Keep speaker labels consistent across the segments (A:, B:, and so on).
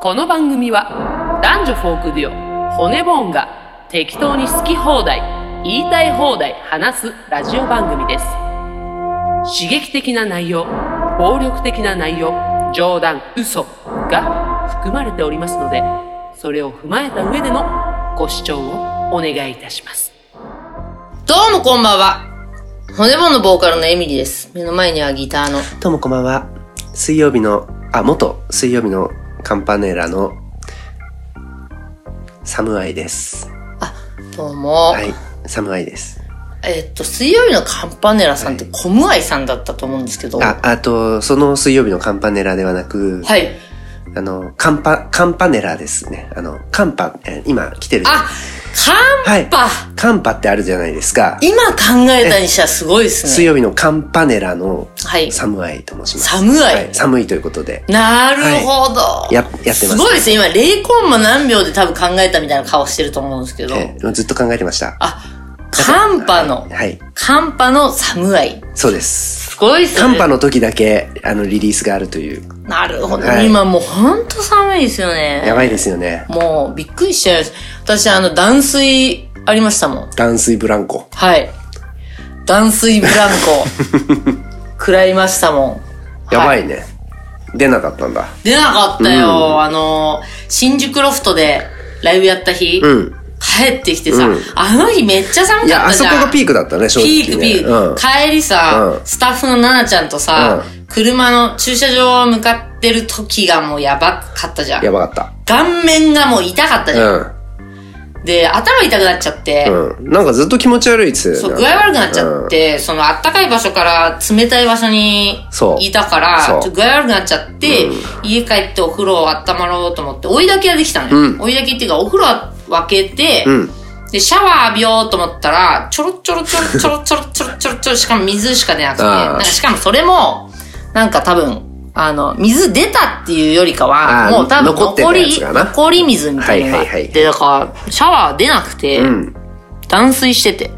A: この番組は男女フォークデュオ骨ボーンが適当に好き放題言いたい放題話すラジオ番組です刺激的な内容暴力的な内容冗談嘘が含まれておりますのでそれを踏まえた上でのご視聴をお願いいたします
B: どうもこんばんは。骨盆のボーカルのエミリーです。目の前にはギターの。
C: どうもこんばんは。水曜日の、あ、元水曜日のカンパネラのサムアイです。
B: どうも。
C: はい、サムアイです。
B: えっと、水曜日のカンパネラさんって
C: は
B: コムアイさんだったと思うんですけど。は
C: あ、あと、その水曜日のカンパネラではなく、
B: い。
C: あの、カンパ、カンパネラですね。あの、カンパ、え今来てる。
B: あ、カンパ、
C: カンパってあるじゃないですか。
B: 今考えたにしたらすごいです
C: 水
B: ね。
C: 曜日のカンパネラの
B: はい。
C: サムアイと申します。
B: サムアイ
C: はい寒いということで、
B: なるほど。
C: や、やってます。
B: すごいですね。今、0コンマ何秒で多分考えたみたいな顔してると思うんですけど。
C: ええずっと考えてました。
B: あ、カンパの、
C: はい、
B: カンパのサムアイ。
C: そうです。
B: すごいですね。
C: 寒波の時だけあのリリースがあるという
B: なるほど。
C: はい
B: 今もうほんと寒いですよね。
C: やばいですよね
B: もうびっくりしちゃいます。私あの断水ありましたもん。
C: 断水ブランコ
B: はい。断水ブランコ。 食らいましたもん。
C: やば
B: はい
C: ね、出なかったんだ
B: 出なかったよ。あの、新宿ロフトでライブやった日、
C: うん
B: 帰ってきてさ、
C: うん
B: あの日めっちゃ寒か
C: いや
B: っ
C: あ
B: たじ
C: そ
B: ゃ
C: こ
B: ん。
C: がピークだったね正
B: ピー
C: 直
B: ク
C: ね
B: ピーク、
C: うん、
B: 帰りさ、
C: うん
B: スタッフの奈々ちゃんとさ、
C: う
B: 車の駐車場を向かってる時がもうやばかったじゃん
C: や。ばかっ
B: 顔面がもう痛かったじゃん。
C: た
B: で、頭痛くなっちゃって、
C: うん、うん、なんかずっと気持ち悪いっつってた
B: そう、
C: よ
B: 具
C: ね
B: 合悪くなっちゃって、その、あったかい場所から冷たい場所に
C: そう
B: いたから、
C: そう
B: ちょっと具合悪くなっちゃって、
C: うん
B: 家帰ってお風呂を温まろうと思って、追い炊きができたのよ。
C: うん
B: 追い炊きっていうか、お風呂は分けて、
C: うん、うん、
B: で、シャワー浴びようと思ったら、ちょろちょろちょろちょろちょろちょろちょろちょろ、しかも水しか出なくて、
C: あー
B: なんかしかもそれも、なんか多分、あの、水出たっていうよりかは、
C: あー
B: もう多分
C: 残って
B: 残
C: た
B: り
C: やつ、かな
B: 残り水みたいなのがあって、
C: はいはいはい
B: だから、シャワー出なくて、
C: うん
B: 断水してて。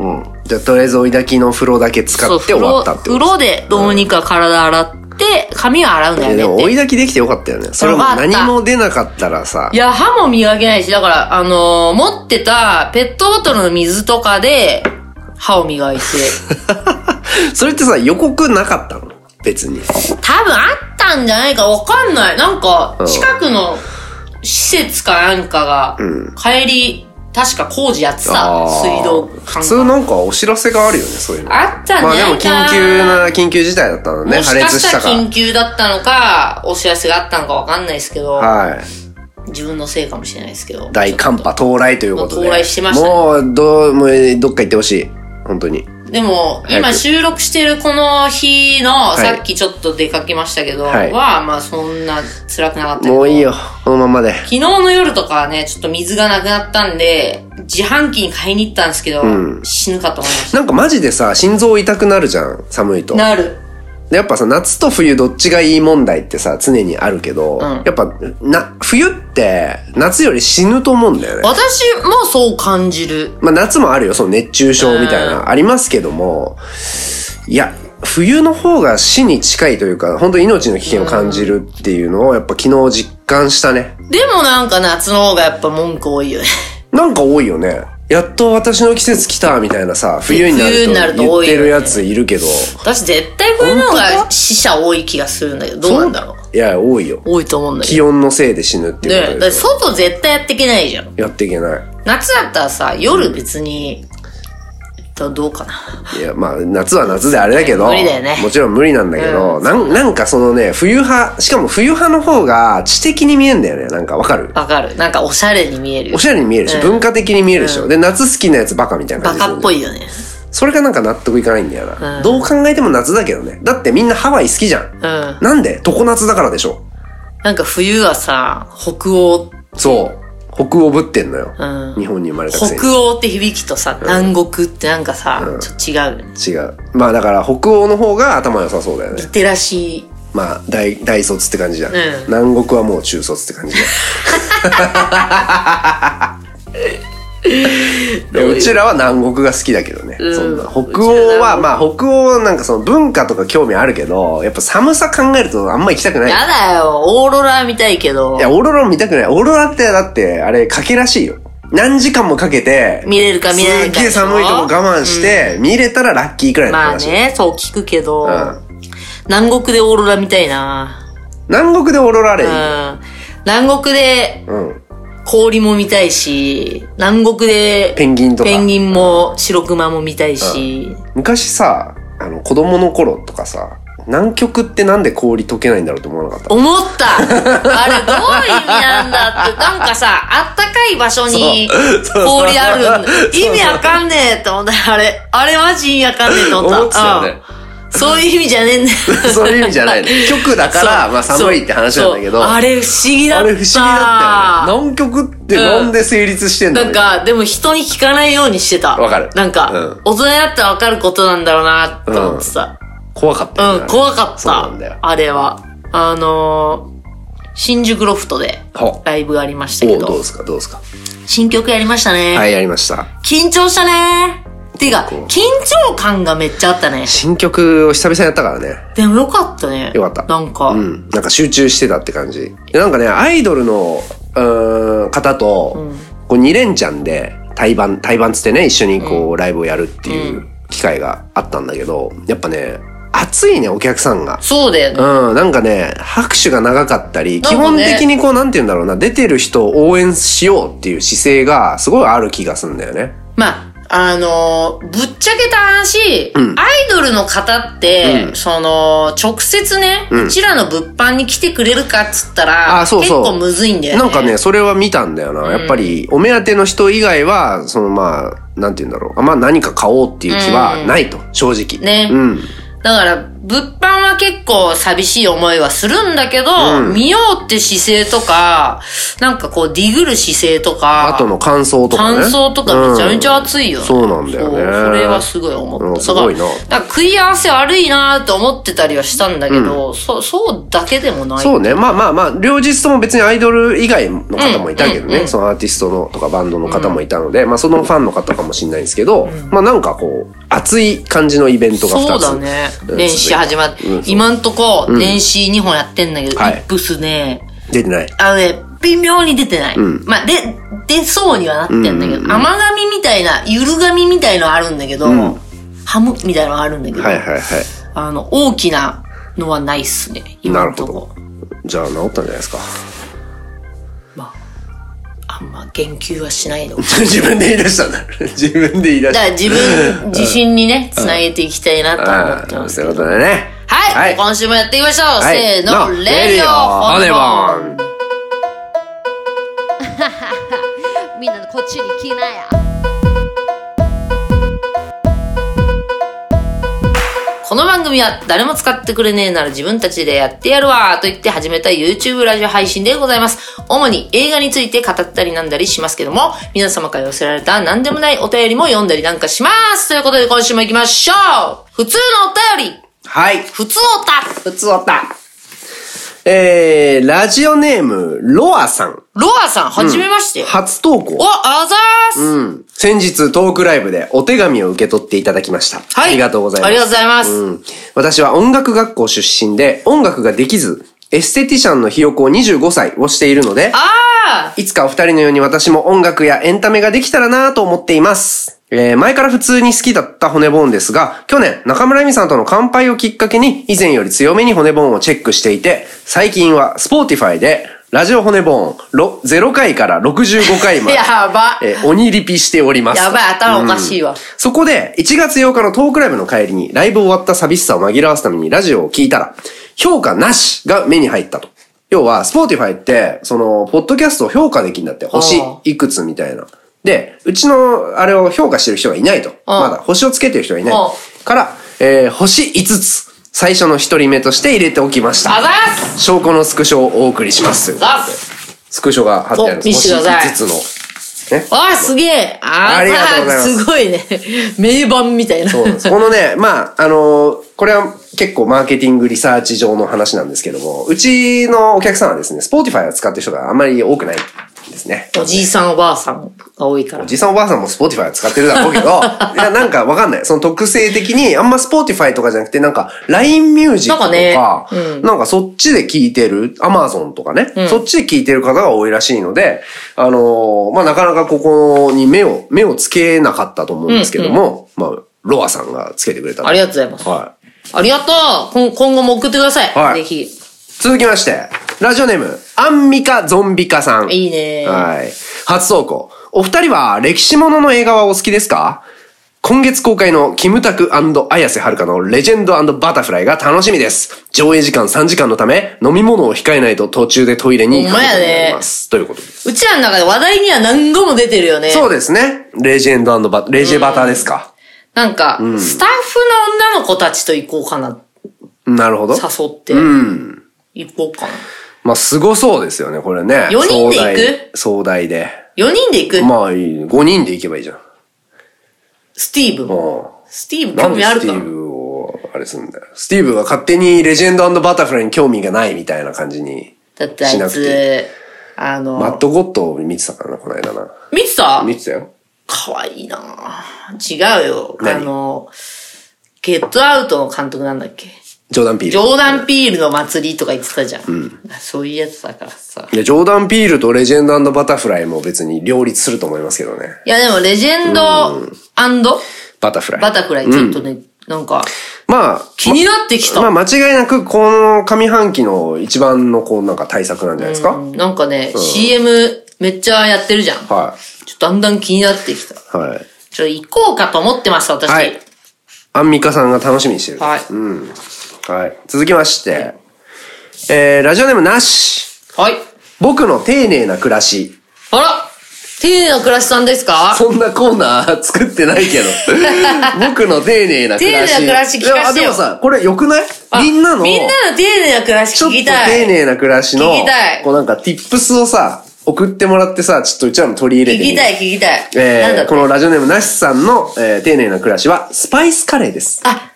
C: じゃあとりあえず追い炊きの風呂だけ使
B: そう
C: って終わったって
B: 風呂
C: こと
B: 風呂でどうにか体洗って、髪は洗うんだ
C: いやで
B: よ
C: も
B: ねっ
C: 追
B: て。
C: い炊きできてよかったよねそれも
B: よかった
C: 何も出なかったらさ
B: いや、歯も磨けないし、だから、あのー持ってたペットボトルの水とかで、歯を磨い て。
C: それってさ予告なかったの別に
B: 多分あったんじゃないかわかんない。なんか
C: う、ん
B: 近くの施設かなんかが
C: うん、
B: 帰り、確か工事やって
C: あ
B: た。
C: ー
B: 水道管
C: 普通なんかお知らせがあるよねそういうの
B: あったんじゃ
C: まあ
B: な
C: でも
B: いか
C: 緊急な、緊急事態だったのね。
B: も
C: 破
B: しか
C: 裂し
B: した
C: た
B: ら
C: から。
B: 緊急だったのか、お知らせがあったのかわかんないですけど、
C: はい。
B: 自分のせいかもしれないですけど。
C: 大寒波到来ということで。
B: 到来してましたね
C: もう、どう、もう、どっか行ってほしい。本当に。
B: でも、
C: 早く
B: 今収録してるこの日の、
C: い
B: さっきちょっと出かけましたけど、
C: はい
B: は、まあそんな辛くなかったけど。
C: もういいよ。このままで。
B: 昨日の夜とかはね、ちょっと水がなくなったんで、自販機に買いに行ったんですけど、
C: うん
B: 死ぬかと思いまし
C: なんかマジでさ、心臓痛くなるじゃん。寒い
B: た。
C: と。
B: なる。
C: でやっぱさ、夏と冬どっちがいい問題ってさ、常にあるけど、
B: ん
C: やっぱ、な、冬って、夏より死ぬと思うんだよね。
B: 私もそう感じる。
C: まあ夏もあるよ、その熱中症みたいな、ありますけども、いや、冬の方が死に近いというか、本当命の危険を感じるっていうのを、やっぱ昨日実感したね。
B: でもなんか夏の方がやっぱ文句多いよね。
C: なんか多いよね。やっと私の季節来たみたいなさ、冬にな
B: 冬になる
C: る
B: と
C: と言
B: 多
C: っ
B: いよね
C: てるやついるけど。
B: 私絶対冬の方
C: 本当
B: が
C: か
B: 死者多い気がするんだけど、どうなんだろう。
C: いや、多いよ。
B: 多いと思うんだけ
C: 気
B: ど。
C: 温のせいで死ぬっていうこ
B: ね
C: と
B: だって
C: でしょ
B: 外絶対やっていけないじゃん。
C: やっていけない。
B: 夏だったらさ、夜別に、どどうかな。
C: いや、まあ、夏は夏であれだけど、
B: 無理だよね
C: もちろん無理なんだけど、
B: うん
C: なんなんかそのね、冬派、しかも冬派の方が知的に見えんだよね。なんかわかる
B: わかる。なんかおしゃれに見えるよ
C: おしゃれに見えるし、
B: うん
C: 文化的に見えるでしょ。で、夏好きなやつバカみたいな
B: バ
C: 感じする
B: カ
C: ん
B: っ
C: だよ
B: ぽいよね。
C: それがなんか納得いかないんだよな、
B: うん
C: どう考えても夏だけどね。だってみんなハワイ好きじゃん。
B: うん。
C: なんで常夏だからでしょ。
B: なんか冬はさ、北欧、
C: そう。北欧ぶってんのよ。
B: うん
C: 日本に生まれたくせに。
B: 北欧って響きとさ、南国ってなんかさ、
C: うん
B: ちょっと違うよね。
C: 違う。まあだから北欧の方が頭良さそうだよね
B: リ。テラシ
C: まあ大大卒って感じじゃん、
B: うん
C: 南国はもう中卒って感じじゃんでうちらは南国が好きだけどねそんな
A: うん
C: 北欧
A: うちらだ
C: は、まあ北欧なんかその文化とか興味あるけど、やっぱ寒さ考えるとあんま行きたくない。
B: やだよ、オーロラ見たいけど
C: い、や、オーロラも見たくない。オーロラってだって、あれ、賭けらしいよ。何時間もかけて、
B: 見れるか見れないかでしょ。
C: すっげえ寒いとこ我慢して、見れたらラッキーくらいの
B: まあ
C: 話。
B: ね、そう聞くけど、
C: う
B: 南国でオーロラ見たいな。
C: 南国でオーロラあれ
B: う
C: いい。
B: ん。南国で
C: うん。
B: 氷も見たいし、南国で
C: ペンギンとか
B: ペ。ンギンも白熊も見たいし、
C: 昔さ、あの、子供の頃とかさ、南極ってなんで氷溶けないんだろうと思わなか った。
B: 思ったあれどういう意味なんだ って、なんかさ、あったかい場所に
C: そう
B: 氷あるんだ
C: そうそう
B: 意味わかんねえって思った。あれ、あれマジ意味わかんねえって思った。
C: 思ってたよね。
B: うんそういう意味じゃねえんだよ。
C: そういう意味じゃないの。極だから、
B: そう
C: まあ寒いって話なんだけ
B: そ
C: ど。
B: うあ
C: あれ
B: れ不思議だった。
C: 不思議だったよね。南極ってなんで成立してんの
B: なんか、でも人に聞かないようにしてた。
C: わかる
B: なんか、
C: うん
B: 大人になったらわかることなんだろうな、と思ってさ。
C: 怖かったよ
B: う
C: ね
B: ん、怖かっ
C: そう
B: た。
C: なんだよ。
B: あれは。あのー、新宿ロフトで
C: は
B: ライブがありました
C: お
B: け
C: うどう
B: ど
C: で、すかどうですか
B: 新曲やりましたね。
C: はい、やりました。
B: 緊張したね。ていうか、
C: 結構
B: 緊張感がめっちゃあったね。
C: 新曲を久々にやったからね。
B: でもよかったね。
C: よかった
B: なんか、
C: うん。なんか集中してたって感じ。でなんかね、アイドルの、うーん、方と、こう2連チャンで、対バン、対バンつってね、一緒にこう、ライブをやるっていう機会があったんだけど、やっぱね、熱いね、お客さんが。
B: そうだよね。
C: うん、なんかね、拍手が長かったり、
B: なん
C: 基
B: か
C: 本
B: ね
C: 的にこう、なんて言うんだろうな、出てる人を応援しようっていう姿勢がすごいある気がするんだよね。
B: まあ、あのーぶっちゃけた話、
C: うん
B: アイドルの方って、
C: うん
B: その、直接ね、う
C: うん
B: ちらの物販に来てくれるかっつったら、
C: あそうそう
B: 結構むずいんだよね。
C: なんかね、それは見たんだよな。やっぱり、お目当ての人以外は、そのまあ、なんて言うんだろう。まあ何か買おうっていう気はないと、正直。
B: ね
C: うん。
B: だから、物販は結構寂しい思いはするんだけど、
C: うん
B: 見ようって姿勢とか、なんかこう、ディグる姿勢とか、
C: あとの感想とかね。
B: 感想とかめちゃめちゃ
C: うん
B: 熱いよね、
C: そうなんだよね
B: そうそれはすごい思った。
C: うんすごいな
B: だから、だから食い合わせ悪いなと思ってたりはしたんだけど、そそうだけでもない。
C: そうね。まあまあまあ、両日とも別にアイドル以外の方もいたけどね、そのアーティストのとかバンドの方もいたので、まあそのファンの方かもしれないんですけど、まあなんかこう、熱い感じのイベントが2つ。
B: そうだね。
C: うん
B: 年始始まって、
C: うん
B: 今んとこ、年始2本やってんだけど、
C: は
B: イ
C: い
B: ップスね、
C: 出てない。
B: あのね、微妙に出てない。
C: ん
B: まあ、で、出そうにはなってんだけど、甘髪みたいな、ゆる髪みたいのあるんだけど、
C: ん
B: ハムみたいのあるんだけど、
C: はいはいはい。
B: あの、大きなのはないっすね、今んと
C: なる
B: こ。
C: じゃあ治ったんじゃないですか。
B: あんま言及はしないの。
C: 自分で言い出したんだ。自分で言い出
B: だ
C: し
B: から自分、自信にね、つなげていきたいなと
C: た。
B: は思って
C: ああ、
B: ます
C: そ
B: け
C: ういう
B: ど。
C: ことだね。
B: はい、
C: はい
B: 今週もやっていきましょう、せーの、レディオ
C: オ
B: ホ
C: ネ
B: ネボン
C: ボン
D: みんなこっちに来なや
B: この番組は誰も使ってくれねえなら自分たちでやってやるわと言って始めた YouTube ラジオ配信でございます。主に映画について語ったりなんだりしますけども、皆様から寄せられた何でもないお便りも読んだりなんかしますということで今週も行きましょう普通のお便り
C: はい。
B: 普通おた
C: ふつおた。えー、ラジオネーム、ロアさん。
B: ロアさん、はじめまして、
C: 初投
B: お、
C: 稿。
B: あざーす、
C: うん。先日トークライブでお手紙を受け取っていただきました。
B: はい
C: ありがとうございます。
B: ありがとうございます
C: うん。私は音楽学校出身で、音楽ができず、エステティシャンのひよこを25歳をしているので、
B: あ
C: いつかお二人のように私も音楽やエンタメができたらなぁと思っています。えー前から普通に好きだった骨ボーンですが、去年中村恵美さんとの乾杯をきっかけに以前より強めに骨ボーンをチェックしていて、最近は Spotify でラジオ骨ボーンろ0回から65回ま
B: ー
C: で、
B: やば
C: えー鬼リピしております。
B: やばい、頭おかしいわ。
C: そこで、1月8日のトークライブの帰りに、ライブ終わった寂しさを紛らわすためにラジオを聞いたら、評価なしが目に入ったと。要は、スポーティファイって、その、ポッドキャストを評価できるんだって。星
B: ああ
C: いくつみたいな。で、うちの、あれを評価してる人がいないと。
B: ああ
C: まだ、星をつけてる人がいない
B: ああ。
C: から、えー星5つ、最初の1人目として入れておきまし
B: あ
C: た。
B: ざーす
C: 証拠のスクショをお送りします。
B: あざーす
C: スクショが貼ってあるんで
B: お見せて
C: す。
B: くださ
C: 星
B: い
C: 5つの。ね。
B: わあ、すげえあ
C: ありがとうございます
B: すごいね。名盤みたいな。
C: そうなんです。このね、まあ、あのこれは結構マーケティングリサーチ上の話なんですけども、うちのお客さんはですね、Spotify を使ってる人があまり多くないんですね。ですね。
B: おじいさんおばあさんが多いから
C: お。じいさんおばあさんも Spotify は使ってるだろうけど、 いや、なんかわかんない。その特性的に、あんま Spotify とかじゃなくて、なんか LINE Music とか、
B: なんかねうん
C: なんかそっちで聞いてる、Amazon とかね、そっちで聞いてる方が多いらしいので、あのーまあ、なかなかここに目を、目をつけなかったと思うんですけども、まあ、ロアさんがつけてくれた
B: ありがとうございます。
C: はい。
B: ありがとうこん今後も送ってください。
C: はい
B: ぜひ。
C: 続きまして、ラジオネーム、アンミカゾンビカさん。
B: いいね
C: はい。初投稿。お二人は歴史ものの映画はお好きですか今月公開のキムタク綾瀬はるかのレジェンドバタフライが楽しみです。上映時間3時間のため、飲み物を控えないと途中でトイレに行くことになります。ということです。
B: うちらの中で話題には何度も出てるよね。
C: そうですね。レジェンドバ、レジェバタですか。
B: なんか、スタッフの女の子たちと行こうかな。
C: なるほど。
B: 誘って。行こうかな。
C: まあ、すごそうですよね、これね。
B: 四人で行く
C: 壮大壮大で。
B: 4人で行く、
C: まあいい。5人で行けばいいじゃん。
B: スティーブも。
C: うん
B: スティーブ
C: な
B: 興
C: ん
B: 味
C: で
B: あ
C: ス
B: る
C: テ
B: か
C: ィ
B: ら
C: ー。ブを、あれすんだよ。スティーブが勝手にレジェンドバタフライに興味がないみたいな感じに。
B: だってあ
C: しないくて
B: つ、あ
C: マッ
B: の、
C: ドゴッドを見てたからな、この間な。
B: 見てた
C: 見てたよ。
B: かわいいなぁ違うよ。あ
C: 何
B: の、ゲットアウトの監督なんだっけ
C: ジョーダン・ピー
B: ジ
C: ル。
B: ョーダン・ピールの祭りとか言ってたじゃん。そういうやつだからさ。
C: いや、ジョーダン・ピールとレジェンドバタフライも別に両立すると思いますけどね。
B: いやでも、レジェンド
C: バタフライ。
B: バタフライ、ちょっとね、なんか、
C: まあ、
B: 気になってきた。
C: まあ、間違いなく、この上半期の一番の、こう、なんか対策なんじゃないですか、
B: なんかね、CM めっちゃやってるじゃん。ちょ
C: は
B: っとだんだん気になってきた。
C: い。はい。
B: ちょ、行こうかと思ってます、私。
C: はい。アンミカさんが楽しみにしてる。
B: はい。
C: はい。続きまして、えー、ラジオネームなし。
B: はい。
C: 僕の丁寧な暮らし。
B: あら丁寧な暮らしさんですか
C: そんなコーナー作ってない けど。僕の丁寧な暮らし。
B: 丁寧な暮らし聞かせてよ
C: いやでもさ、これ良くないみんなの、
B: みんなの丁寧な暮らし
C: ちょ
B: 聞
C: っと
B: き
C: 丁
B: たい。
C: 寧な暮らしの
B: 聞きたい、
C: こうなんか、ティップスをさ、送ってもらってさ、ちょっとうちらも取り入
B: 聞
C: れてみ
B: き
C: る
B: たい、聞きたい。なん
C: え
B: だ
C: ー、
B: っ
C: こ
B: て
C: のラジオネームなしさんの、えー丁寧な暮らしは、スパイスカレーです。
B: あ、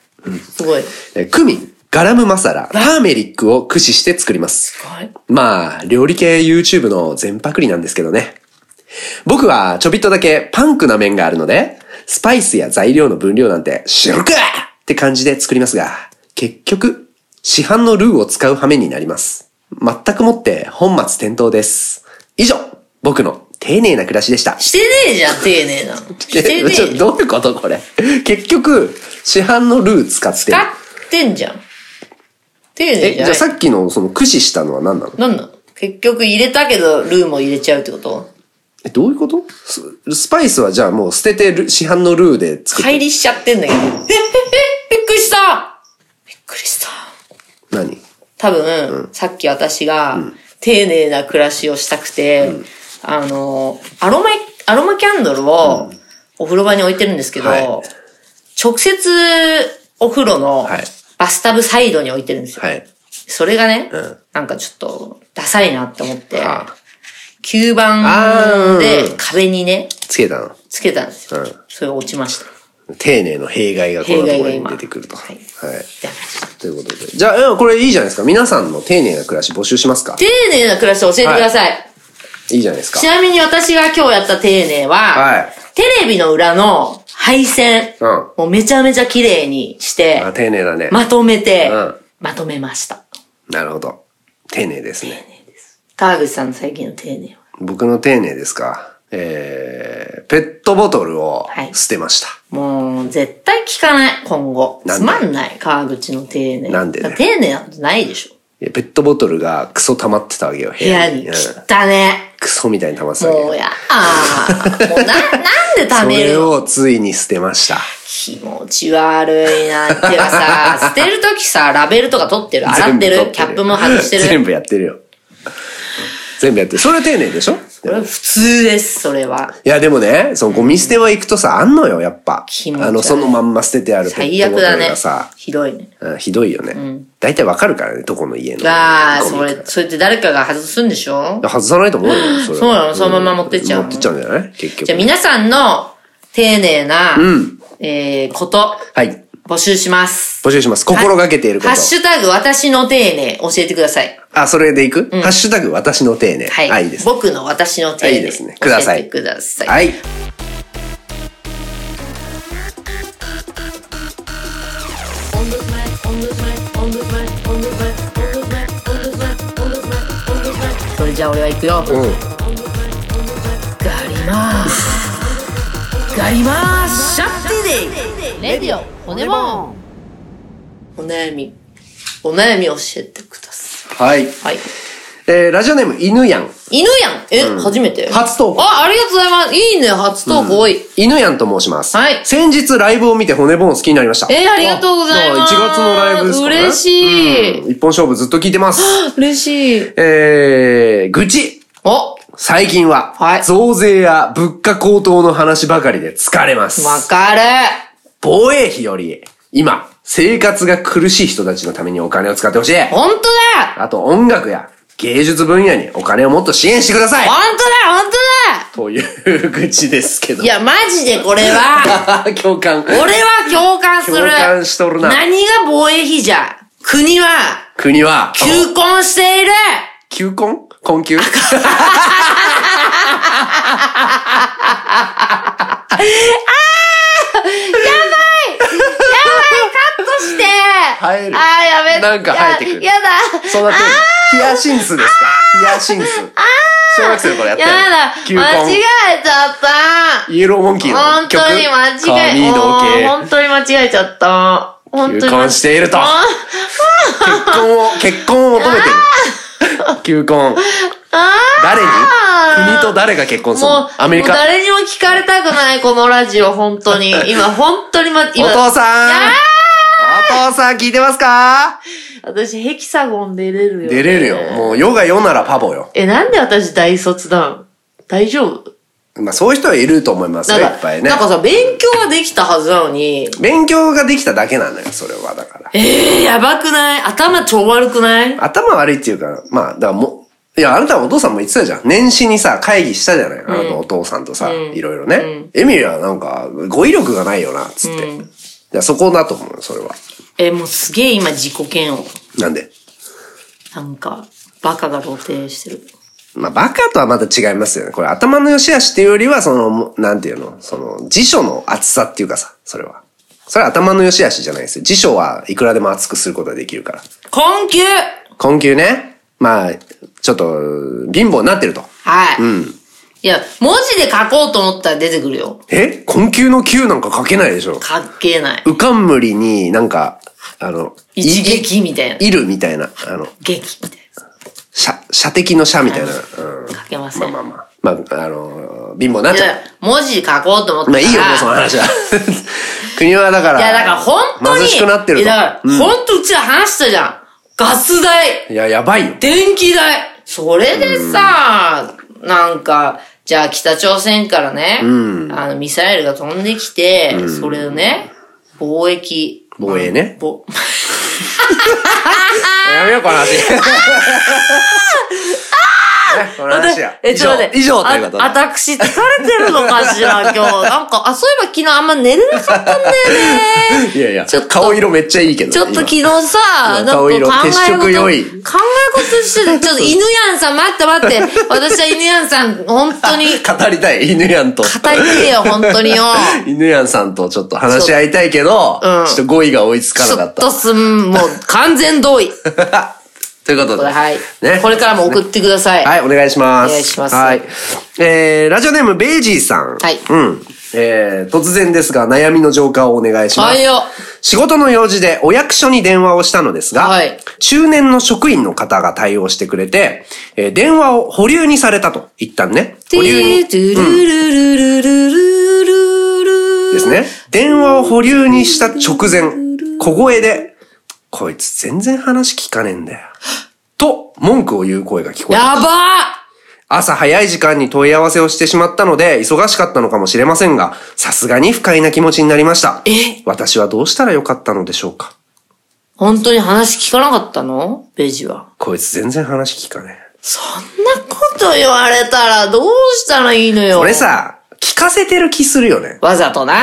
B: すごい。
C: えークミン、ガラムマサラ、ターメリックを駆使して作ります。
B: はい
C: まあ、料理系 YouTube の全パクリなんですけどね。僕はちょびっとだけパンクな面があるので、スパイスや材料の分量なんて知るかって感じで作りますが、結局、市販のルーを使う羽目になります。全くもって本末転倒です。以上、僕の丁寧な暮らしでした。
B: してねえじゃん、丁寧なの。してね
C: えちょ
B: え。
C: どういうことこれ。結局、市販のルー使ってる
B: 使。ってんじゃん。丁寧
C: え、
B: じ
C: じ
B: ゃ
C: ゃ
B: な
C: あ
B: い。
C: さっきのその駆使したのは何なの
B: なんなの結局入れたけど、ルーも入れちゃうってこと
C: え、どういうことススパイスはじゃあもう捨ててる、市販のルーで作っ
B: 乖離しちゃってんだけど。え、え、 え、びっくりしたびっくりした。
C: 何
B: 多分、さっき私が、丁寧な暮らしをしたくて、あの、アロマ、アロマキャンドルを、お風呂場に置いてるんですけど、
C: はい
B: 直接、お風呂の
C: はい、
B: バスタブサイドに置いてるんですよ。
C: はい。
B: それがね、
C: ん
B: なんかちょっと、ダサいなって思って、
C: あ
B: 吸
C: あー
B: 盤
C: うん
B: で壁にね、
C: つけたの。
B: つけたんですよ。
C: うん
B: それ落ちました。
C: 丁寧の弊害がこのと
B: 弊
C: ころ
B: 害が
C: に
B: 今
C: 出てくると。はい。
B: やばい
C: ということで。じゃあ、うんこれいいじゃないですか。皆さんの丁寧な暮らし募集しますか
B: 丁寧な暮らしを教えてください。
C: いいじゃないですか
B: ち。なみに私が今日やった丁寧は、
C: はい
B: テレビの裏の配線
C: うん
B: をめちゃめちゃ綺麗にして、
C: あ丁寧だね。
B: まとめて、
C: うん
B: まとめました。
C: なるほど。丁寧ですね。
B: 川口さんの最近の丁寧は。
C: 僕の丁寧ですか。えー、ペットボトルを
B: はい
C: 捨てました。
B: もう、絶対聞かない、今後。
C: なん
B: つ
C: で
B: まんない、川口の丁寧。
C: なんでね
B: だから丁寧なことないでしょ。
C: いやペットボトルがクソ溜まってたわけよ、部
B: 部屋に。
C: うん
B: 汚ね。
C: クソみたいに溜まってたわけよ
B: もうやー。 もうな、なんで貯
C: そ
B: める
C: れ
B: の
C: をついに捨てました。
B: 気持ち悪いなってか さ、捨てるときさ、ラベルとか取ってる洗ってる
C: 全部取
B: キャップも外してる
C: 全部やってるよ。全部やってる。それは丁寧でしょ
B: これ普通です、それは。
C: いや、でもね、そのゴミ捨ては行くとさ、あんのよ、やっぱ。
B: 気持ち悪い
C: あの、そのまんま捨ててあるペ
B: 最
C: ット
B: 悪
C: ボト
B: だ
C: ル
B: ね
C: がさ、。
B: ひどいね。
C: うんひどいよね。大体わかるからね、どこの家の。
B: ああ、
C: ゴミ
B: そ
C: か
B: れ、それって誰かが外すんでしょ
C: 外さないと思うよ、それは
B: そうなのそのまま持ってっちゃうの
C: 持ってっちゃうんじゃない結局。
B: じゃあ皆さんの丁寧な、
C: ん
B: えー、こと、
C: はい。
B: 募集します。
C: 募集します。心がけていること。
B: ハッシュタグ、私の丁寧、教えてください。
C: あ、それでいく、ハッシュタグ私の丁寧。
B: はい。
C: あいいですね。
B: 僕の私の手
C: あ
B: で。
C: いいですねくださ
B: 教
C: い
B: えてください。
C: はい。
B: それじゃあ俺は行くよ。
C: うん。
B: ガリマース。ガリマースシャッテデイ
D: レディオ骨もん
B: お悩み。お悩み教えてくださ
C: はい。
B: い。はい。
C: えー、ラジオネーム、犬やん。
B: 犬やんえ、初めて
C: 初投稿
B: あ、ありがとうございます。いいね、初投稿多い。
C: 犬やんと申します。
B: はい
C: 先日ライブを見て骨ボーン好きになりました。
B: えーありがとうございます
C: あ1月のライブですかね。
B: 嬉しい
C: うん一本勝負ずっと聞いてます。
B: 嬉しい。
C: えー、愚痴。
B: お
C: 最近は、
B: はい
C: 増税や物価高騰の話ばかりで疲れます。
B: わかる
C: 防衛費より、今、生活が苦しい人たちのためにお金を使ってほしい。
B: ほんとだ
C: あと音楽や芸術分野にお金をもっと支援してください
B: ほんとだほんとだ
C: という愚痴ですけど。
B: いや、マジでこれは、
C: 共感。
B: 俺は共感する。
C: 共感しとるな
B: 何が防衛費じゃ国は、
C: 国は、
B: 求婚している
C: 求婚 困窮
B: カットして
C: 入る
B: あー、やめ
C: なんか生えてくる
B: ややだ
C: そうなってるヒヤシンスですかヒヤシンス。小学生の頃やった
B: や
C: よね
B: だ
C: 求
B: 間違
C: 婚。
B: えちゃった
C: イエローモンキーの
B: 本
C: 曲。
B: 当に間違え、
C: 髪
B: もう
C: の
B: 本当に間違えちゃった。本当に
C: 毛。求婚していると。
B: あ
C: 結婚を、結婚を求めてる。求婚。誰に国と誰が結婚する
B: もう
C: の、アメリ
B: もう
C: カ。
B: 誰にも聞かれたくない、このラジオ、本当に。今、本当にま、
C: お
B: 今、
C: 父さんお父さん聞いてますか
B: 私、ヘキサゴン出れるよ。
C: 出れるよ。もう、世が世ならパボよ。
B: え、なんで私大卒だん大丈夫
C: まあ、そういう人はいると思います
B: な
C: よ、
B: ん
C: い
B: か、
C: っぱいね
B: な。んかさ、勉強はできたはずなのに、
C: 勉強ができただけなのよ、それは。だから。
B: えー、やばくない頭超悪くない
C: 頭悪いっていうか、まあ、だからもう、いや、あなたはお父さんも言ってたじゃん。年始にさ、会議したじゃない、あなたお父さんとさ、いろいろね。エミリはなんか、語彙力がないよな、つって。いや、そこだと思うよ、それは。
B: え、もうすげえ今自己嫌悪。
C: なんで。
B: なんか、バカが露呈してる。
C: まあ、バカとはまた違いますよね。これ頭の良し悪しっていうよりは、その、もなんていうのその、辞書の厚さっていうかさ、それは。それは頭の良し悪しじゃないですよ。辞書はいくらでも厚くすることができるから。
B: 困窮
C: 困窮ね。まあ、ちょっと、貧乏になってると。
B: はい。いや、文字で書こうと思ったら出てくるよ。
C: え困窮の窮なんか書けないでしょ。
B: かっけえない。
C: うかんむりになんか、あの、
B: 一撃みたいな。
C: いるみたいな、あの、
B: 劇みたい
C: 射、射的の射みたいな。うん。
B: な。書けませ
C: まあ
B: ん。
C: まあまあ。まあ、あの、貧乏になっ
B: い
C: ちゃう
B: や。、文字書こうと思ったら。
C: まあいいよ、もうその話は。 国はだから。
B: いや、だから本当に。
C: 貧しくなってる
B: い
C: と。
B: や、だから、本当うちら話したじゃん。ガス代、
C: いや、やばいよ。
B: 電気代。それでさ、なんか、じゃあ北朝鮮からね、あの、ミサイルが飛んできて、それをね、貿易。
C: 防衛ね。
B: ぼ、
C: やめよう、この話。ね この話は。
B: え、ちょっと待って。
C: 以上以上ということで
B: あ、私、疲れてるのかし ら、今日。なんか、あ、そういえば昨日あんま寝れなかったんだよね。
C: いやいや
B: ちょっ、と
C: 顔色めっちゃいいけどね。
B: ちょっと昨
C: 今
B: 日さ、なんか
C: 顔
B: 考え
C: 色
B: 事、考
C: 血色良
B: え
C: い
B: 事して て、ちょっと犬やんさん、待って待って。私は犬やんさん、本当 に、語り
C: 語りたい、犬やんと。
B: てえよ、本当によ。
C: 犬やんさんとちょっと話し合いたいけど、ち
B: う
C: ょ
B: うん
C: っと語彙が追いつか
B: ち
C: な
B: ょ
C: か
B: っ
C: った。
B: とすん、もう完全同意。
C: ということで。
B: はい。
C: ね
B: これからも送ってください。
C: はい、お願いします。
B: お願いします
C: はい。えー、ラジオネーム、ベージーさん。
B: はい
C: うん。えー、突然ですが、悩みの浄化をお願いしま
B: はい
C: す。
B: よ。
C: 仕事の用事でお役所に電話をしたのですが、
B: はい
C: 中年の職員の方が対応してくれて、えー電話を保留にされたと、一旦ね。保留に。
B: てートゥルルルルルルルル
C: ですね。電話を保留にした直前、小声で、こいつ全然話聞かねえんだよ。と、文句を言う声が聞こえた
B: やば
C: 朝早い時間に問い合わせをしてしまったので、忙しかったのかもしれませんが、さすがに不快な気持ちになりました。
B: え
C: 私はどうしたらよかったのでしょうか
B: 本当に話聞かなかったのベジは。
C: こいつ全然話聞かねえ。
B: そんなこと言われたらどうしたらいいのよ。
C: 俺。さ、聞かせてる気するよね。
B: わざとな。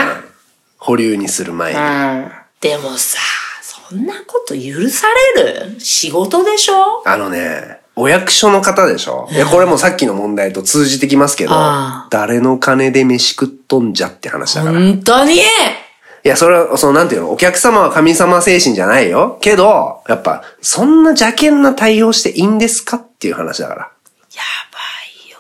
C: 保留にする前に。
B: うん。でもさ、そそんなこと許される仕事でしょ
C: あのね、お役所の方でしょいや、これもうさっきの問題と通じてきますけど
B: ああ、
C: 誰の金で飯食っとんじゃって話だから。い
B: 本当に
C: や、それは、その、なんていうの、お客様は神様精神じゃないよ。けど、やっぱ、そんな邪険な対応していいんですかっていう話だから。
B: やばいよ。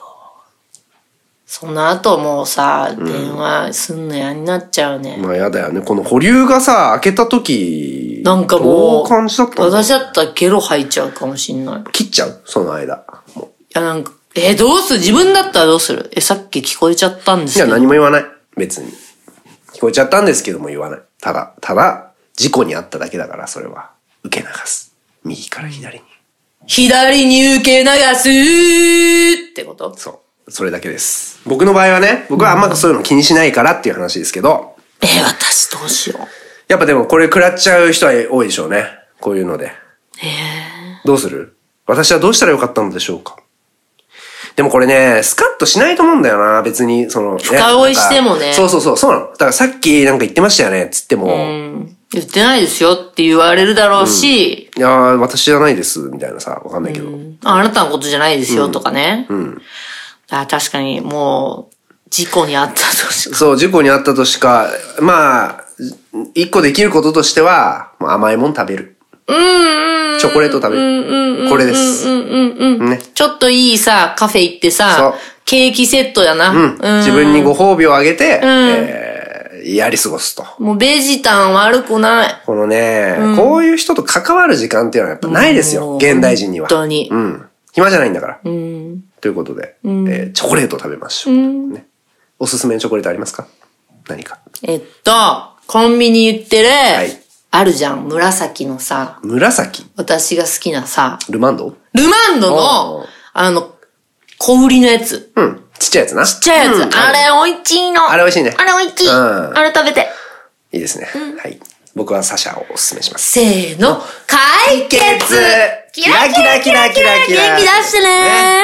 B: その後もうさ、電話すんのやになっちゃうね。
C: まあ、やだよね。この保留がさ、開けた時、
B: なんかもう、
C: どう感じだったの
B: 私だったらゲロ吐いちゃうかもしんない。い
C: 切っちゃうその間。もう
B: や、なんか、え、どうする自分だったらどうするえ、さっき聞こえちゃったんです
C: い
B: け
C: や、
B: ど。
C: 何も言わない。別に。聞こえちゃったんですけども言わない。ただ、ただ、事故にあっただけだから、それは。受け流す。右から左に。
B: 左に受け流すってこと
C: そう。それだけです。僕の場合はね、僕はあんまそういうの気にしないからっていう話ですけど、
B: え、私どうしよう。
C: やっぱでもこれ食らっちゃう人は多いでしょうね。こういうので。どうする私はどうしたらよかったのでしょうかでもこれね、スカッとしないと思うんだよな、別に、その、ね
B: 深追いしてもね
C: なんかそうそうそう、そうなの。だからさっきなんか言ってましたよね、つっても、
B: 言ってないですよって言われるだろうし、
C: いやー、私じゃないです、みたいなさ、わかんないけど。
B: ああなたのことじゃないですよとかね。あ確かにもう、事故にあったとしか。
C: そう、事故に遭ったとしか、まあ、一個できることとしては、もう甘いもん食べる。チョコレート食べる。これです。ね。
B: ちょっといいさ、カフェ行って
C: そう
B: さ、ケーキセットやな。
C: うん自分にご褒美をあげて、えーやり過ごすと。
B: もうベジタン悪くない。
C: このね、こういう人と関わる時間っていうのはやっぱないですよ。
B: もう
C: 現代人には。
B: 本当に
C: うん。暇じゃないんだから。ということで、えーチョコレートを食べましょう、ね。おすすめのチョコレートありますか何か。
B: えっと、コンビニ行ってる、
C: い
B: あるじゃん、紫のさ、
C: 紫
B: 私が好きなさ、
C: ルマンド
B: ルマンド
C: お
B: の
C: ー、
B: あの、小売りのやつ。
C: うん。ちっちゃいやつな。ち
B: ちっちゃいやつ。あれ、美味しいの。
C: あれ美味しいね
B: あれ、美味しい。
C: うん
B: あれ食べて。
C: いいですね。はい。僕はサシャをおすすめします。
B: せーの、解決
C: キラキラキラキラキラ
B: 元気出してね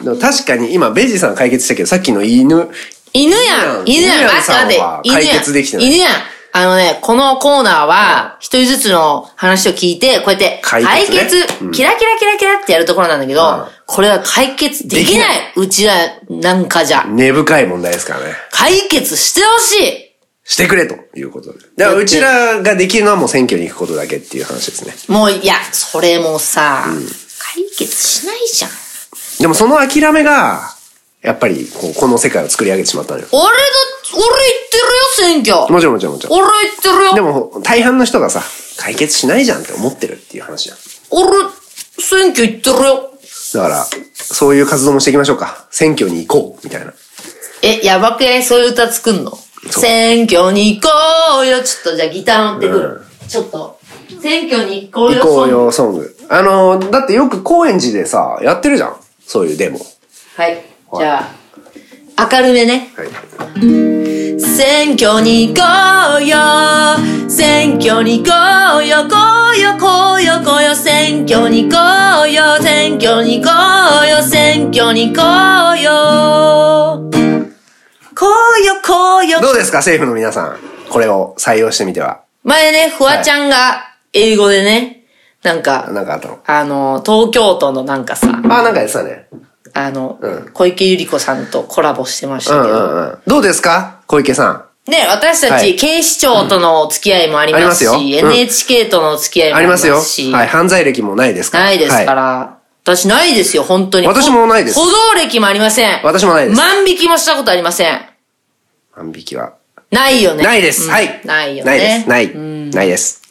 C: うんでも確かに今、ベイジーさんは解決したけど、さっきの犬、
B: 犬やん犬やん
C: 犬やん
B: 待って待って
C: さんは
B: 犬やん
C: 解決できてない
B: 犬やんあのね、このコーナーは、一人ずつの話を聞いて、こうやって、
C: 解
B: 解
C: 決
B: 決
C: ねうん
B: キラキラキラキラってやるところなんだけど、
C: うん
B: これは解決できな
C: で
B: いうちらなんかじゃ。
C: 根深い問題ですからね。
B: 解決してほしい
C: してくれということで。だから、うちらができるのはもう選挙に行くことだけっていう話ですね。
B: もう、いや、それもさ、解決しないじゃん。
C: でもその諦めが、やっぱりこう、この世界を作り上げてしまったのよ。
B: 俺だ、俺言ってるよ、選挙。
C: もちろんもちろんもちろん。
B: 俺言ってる
C: で
B: よ。
C: も、大半の人がさ、解決しないじゃんって思ってるっていう話じゃん。
B: 俺、選挙言ってるよ。
C: だから、そういう活動もしていきましょうか。選挙に行こう、みたいな。
B: え、やばくないそういう歌作んの選挙に行こうよ。ちょっとじゃあギター持ってくる。ちょっと。選挙に行こうよ。
C: 行こうよ、ソング。あの、だってよく高円寺でさ、やってるじゃん。そういうデモ。
B: そう。はい。じゃあ、明るめね。
C: はい。
B: 選挙に行こうよ。選挙に行こうよ。こうよ、こうよ、こうよ。選挙に行こうよ。選挙に行こうよ。選挙に行こうよ。こうよ、こうよ。
C: どうですか、政府の皆さん。これを採用してみては。
B: 前ね、フワちゃんが英語でね、なんか、
C: なんかあったの
B: あの、東京都のなんかさ、
C: あ、なんかやってたね。
B: あの、
C: うん
B: 小池百合子さんとコラボしてまし
C: うん
B: た
C: う
B: けど、
C: んうん。どうですか小池さん。
B: ね、私た
C: は
B: ち
C: い
B: 警視庁とのお付き合いもありますし、
C: ありますようん
B: NHK とのお付き合いも
C: あ
B: あ
C: り
B: り
C: ま
B: ますす
C: よ。
B: し、
C: はい。犯罪歴もないですから。
B: ないですから、私ないですよ、本当に。
C: 私もないです
B: 歩道歴もありません。
C: 私もないです
B: 万引きもしたことありません。
C: はい。万引きは。
B: ないよね。
C: ないです。
B: うん
C: はい。
B: ないよね。
C: ないです。ない。ないです。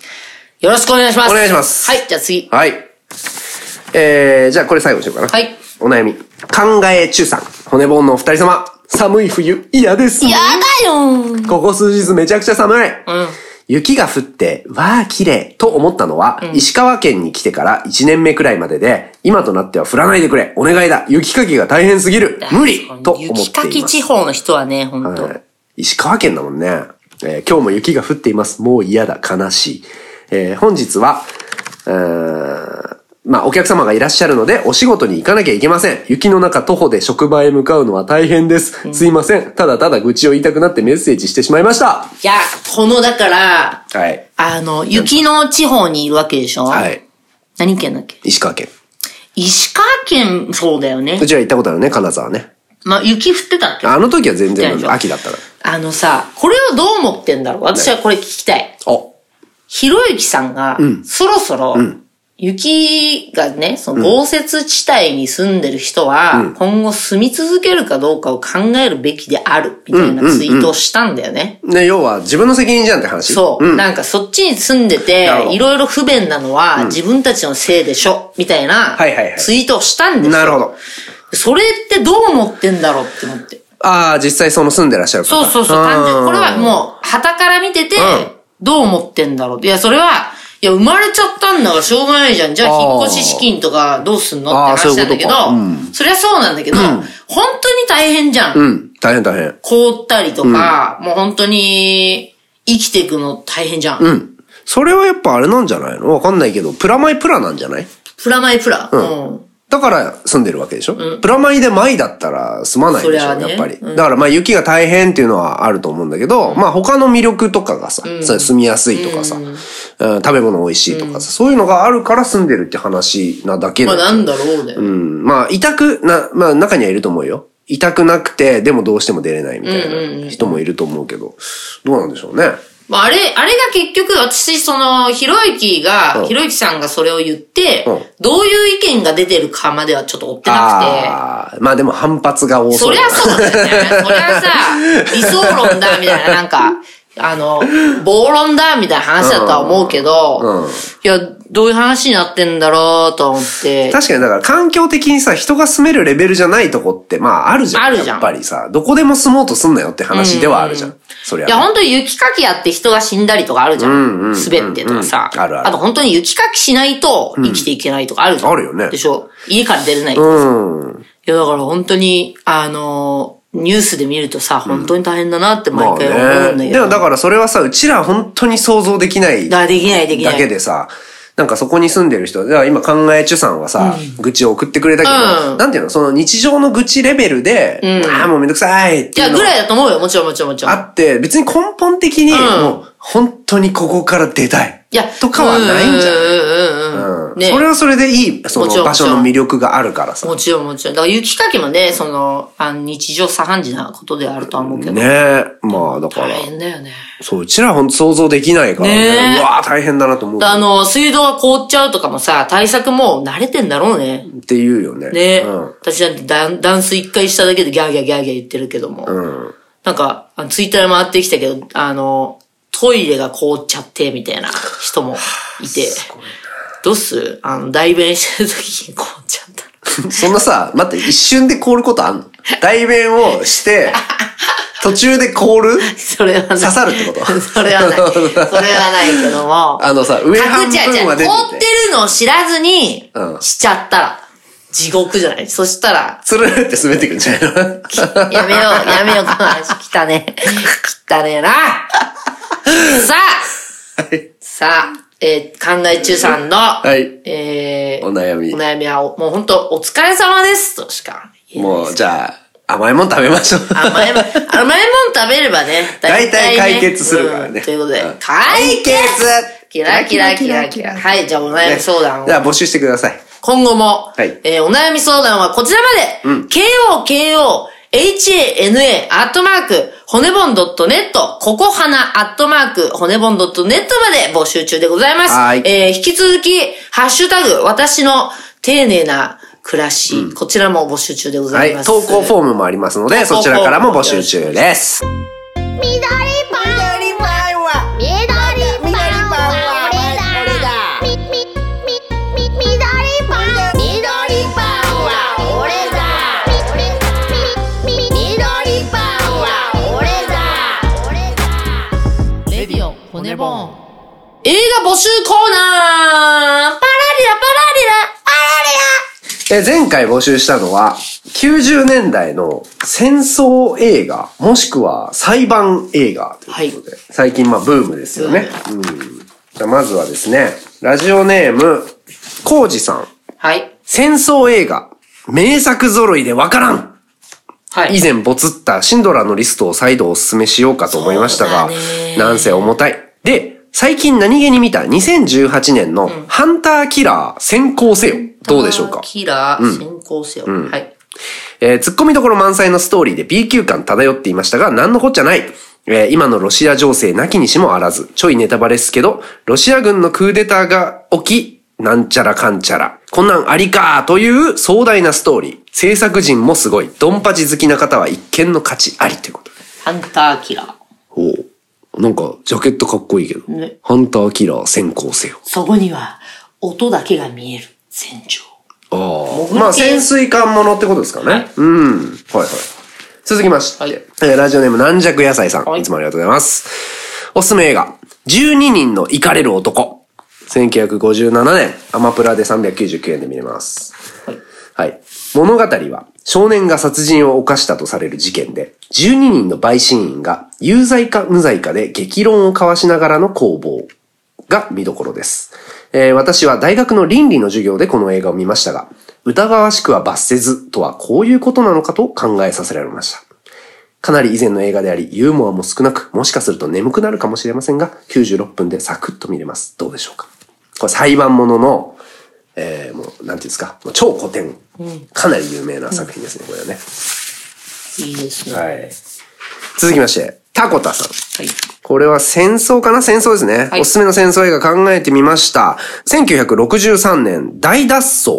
B: よろしくお願いします。
C: お願いします
B: はい、じゃあ次。
C: はい。えー、じゃあこれ最後にしようかな。
B: はい。
C: お悩み。考え中さん。骨盆のお二人様。寒い冬、嫌です。
B: やだよー
C: ここ数日めちゃくちゃ寒い。雪が降って、わあ、綺麗と思ったのは、石川県に来てから1年目くらいまでで、今となっては降らないでくれ、お願いだ、雪かきが大変すぎる、無理と思っています。
B: 雪かき地方の人はね、本当、
C: はい石川県だもんね、えー今日も雪が降っています。もう嫌だ、悲しい。えー本日は、えーまあ、お客様がいらっしゃるので、お仕事に行かなきゃいけません。雪の中徒歩で職場へ向かうのは大変です。すいません。ただただ愚痴を言いたくなってメッセージしてしまいました。
B: いや、この、だから、
C: はい。
B: あの、雪の地方にいるわけでしょ
C: はい。
B: 何県だっけ
C: 石川県。
B: 石川県、そうだよね
C: う。ちら行ったことあるね、金沢ね。
B: まあ、雪降ってたっけ
C: あの時は全
B: 行って
C: 然、
B: ない
C: 秋だったら。
B: あのさ、これをどう思ってんだろう私はこれ聞きたい。
C: お。
B: ひろゆきさんが、そろそろ、雪がね、その豪雪地帯に住んでる人は、今後住み続けるかどうかを考えるべきである、みたいなツイートをしたんだよね。
C: ね、要は自分の責任じゃんって話。
B: そう、
C: ん。
B: なんかそっちに住んでて
C: なるほ、ど
B: いろいろ不便なのは自分たちのせいでしょ、みたいな
C: はいはいはい
B: ツイートをしたんですよ。
C: なるほど。
B: それってどう思ってんだろうって思って。
C: ああ、実際その住んでらっしゃる
B: そうそうそう、
C: あー
B: 単純にこれはもう、旗から見てて
C: ん、
B: どう思ってんだろう。いや、それは、いや、生まれちゃったんだからしょうがないじゃん。じゃあ、
C: あー
B: 引っ越し資金とかどうすんのっ
C: あー
B: て話なんだけど、
C: そう
B: そ
C: いう
B: りゃそうなんだけど、本当に大変じゃん。
C: うん。大変大変。
B: 凍ったりとか、もう本当に、生きていくの大変じゃん。
C: うん。それはやっぱあれなんじゃないのわかんないけど、プラマイプラなんじゃない
B: プラマイプラ。
C: ん
B: うん
C: だから住んでるわけでしょ、プラマイでマイだったら住まないでし
B: そり
C: ょ、
B: ゃね
C: やっぱり。
B: う
C: だからまあ雪が大変っていうのはあると思うんだけど、まあ他の魅力とかがさ、それ住みやすいとかさ、うん食べ物美味しいとかさ、そういうのがあるから住んでるって話なだけ
B: まあ、
C: だ
B: なんだろうだよ。
C: うん。まあ、痛くな、まあ、中にはいると思うよ。痛くなくて、でもどうしても出れないみたいな人もいると思うけど、どうなんでしょうね。
B: まあ、あれ、あれが結局、私、その、ひろゆき
C: う
B: が、
C: ん
B: ひろゆきさんがそれを言って、
C: うん
B: どういう意見が出てるかまではちょっと追ってな
C: ああー、まあでも反発が多
B: くて、そ
C: そう
B: り
C: だ
B: ゃ
C: ね。
B: そうだよね。そりゃさ、理想論だ、みたいな、なんか、あの、暴論だ、みたいな話だとは思うけど、
C: うんうん
B: いや、どういう話になってんだろうと思って、
C: 確かにだから環境的にさ、人が住めるレベルじゃないとこって、まああるじゃん。
B: あるじゃん
C: やっぱりさ、どこでも住もうとすんなよって話ではあるじゃん。そりゃ
B: い
C: ね。
B: や、本当に雪かきやって人が死んだりとかあるじゃ。
C: うんうんうんん
B: 滑ってとかさ。
C: あるある
B: と本当に雪かきしないと生きていけないとかあるじゃん。
C: うんあるよね
B: でしょ家から出れない。い
C: うん。
B: や、だから本当に、あのー、ニュースで見るとさ、本当に大変だなって
C: ま
B: 毎回
C: あ
B: 思うんだ
C: ね。
B: け
C: で
B: ど。
C: もだからそれはさ、うちら本当に想像できない
B: だからできないできない。
C: だけでさ、なんかそこに住んでる人、だから今考え中さんはさ、愚痴を送ってくれたけど、
B: うん
C: なんていうのその日常の愚痴レベルで、ああ、もうめんどくさいっ
B: い
C: てい
B: や、
C: うの
B: ぐ
C: が
B: らいだと思うよ。もちろんもちろんもちろん。
C: あって、別に根本的に、
B: ん
C: もう本当にここから出たい。
B: いや、
C: とかはないんじゃない
B: うんうんうんうん。
C: それはそれでいい、そ
B: もちろ
C: の
B: ん
C: 場所の魅力があるからさ。
B: もちろんもちろん。だから雪かきもね、その、あの日常茶飯事なことであるとは思うけど。
C: ねえ。まあだから
B: 大、変だよね。
C: そう、うちらほんと想像できないからね
B: ね。え
C: うわー大変だなと思う。
B: あの、水道が凍っちゃうとかもさ、対策もう慣れてんだろうね。
C: っていうよね。
B: ね。
C: うん。
B: 私なんて断断水一回しただけでギャーギャーギャーギャー言ってるけども。
C: うん。
B: なんか、あのツイッターで回ってきたけど、あの、トイレが凍っちゃって、みたいな人もいて。どうすあの、代弁してる時に凍っちゃった。
C: そんなさ、待って、一瞬で凍ること あんの代弁をして、途中で 凍る
B: それはない。
C: 刺さるってこと
B: それは ない。それはないけども。
C: あのさ、上半
B: 各地はじゃ
C: 分は
B: 凍
C: 出
B: って
C: てて、
B: るのを知らずに
C: う、ん
B: しちゃったら、地獄じゃないそしたら、
C: つるって滑ってくんじゃないの
B: やめよう、やめよう、この話。汚ね。汚ねえな。さあ、さあ、えー考え中さんの、
C: はい
B: えー
C: お悩み
B: お悩みは、おもう本当お疲れ様です、としか言えない。
C: もう、じゃあ、甘いもん食べましょう。
B: 甘いもん、甘いもん食べればね、
C: 大体
B: ね
C: 解決するからね
B: うんということで
C: うん、
B: 解決キラキラキラキラ。はい、じゃあお悩み相談を
C: じ。ゃあ、募集してください。
B: 今後も、
C: はい
B: えーお悩み相談はこちらまで、KOKO hana アットマーク、骨盆 .net、ここはなアットマーク、骨盆 .net まで募集中でございます。
C: はい
B: えー引き続き、ハッシュタグ、私の丁寧な暮らし、こちらも募集中でござ
C: はいい。
B: ます。
C: 投稿フォームもありますので、
B: 投稿
C: そちらからも募集中です。
E: 緑パン緑パンは緑パンは俺だみみみみ緑パン緑パンは俺だみみみみ緑パンは俺だ俺だ
D: レディオ骨ボーン
B: 映画募集コーナーパラリラパラリラパラリラ
C: え前回募集したのは、90年代の戦争映画、もしくは裁判映画ということで、最近まあブームですよね。うん。じゃあまずはですね、ラジオネーム、コウジさん。
B: はい。
C: 戦争映画、名作揃いでわからん
B: はい。
C: 以前ボツったシンドラーのリストを再度お勧めしようかと思いました
B: そ
C: が
B: うだね、
C: なんせ重たい。で、最近何気に見た2018年のハンターキラー先行せよ。どうでしょうか
B: キラー、先行せよ。はい。
C: えー、突っ込みどころ満載のストーリーで B 級感漂っていましたが、なんのこっちゃない。えー今のロシア情勢なきにしもあらず、ちょいネタバレっすけど、ロシア軍のクーデターが起き、なんちゃらかんちゃら。こんなんありかーという壮大なストーリー。制作陣もすごい。ドンパチ好きな方は一見の価値ありということで。
B: ハンターキラー。
C: おうなんか、ジャケットかっこいいけど。
B: ね
C: ハンターキラー先行せよ。
B: そこには、音だけが見える。戦場。
C: あ
B: 潜
C: あ。
B: る
C: まあ、潜水艦ものってことですかね。
B: はい
C: うん。はいはい。続きまして、
B: はい
C: えーラジオネーム軟弱野菜さん、
B: はい
C: い。つもありがとうございます。おすすめ映画、12人のイカれる男。1957年、アマプラで399円で見れます。はい。物語は、少年が殺人を犯したとされる事件で、12人の陪審員が有罪か無罪かで激論を交わしながらの攻防が見どころです。えー私は大学の倫理の授業でこの映画を見ましたが、疑わしくは罰せずとはこういうことなのかと考えさせられました。かなり以前の映画であり、ユーモアも少なく、もしかすると眠くなるかもしれませんが、96分でサクッと見れます。どうでしょうかこれ裁判ものの、えー、もう、なんていうんですか、もう超古典、かなり有名な作品ですね、これはね。
B: いいですね。は
C: はい。続きまして、タコタさん。
B: い。
C: これは戦争かな戦争ですね、
B: はい
C: おすすめの戦争映画考えてみました。1963年、大脱走。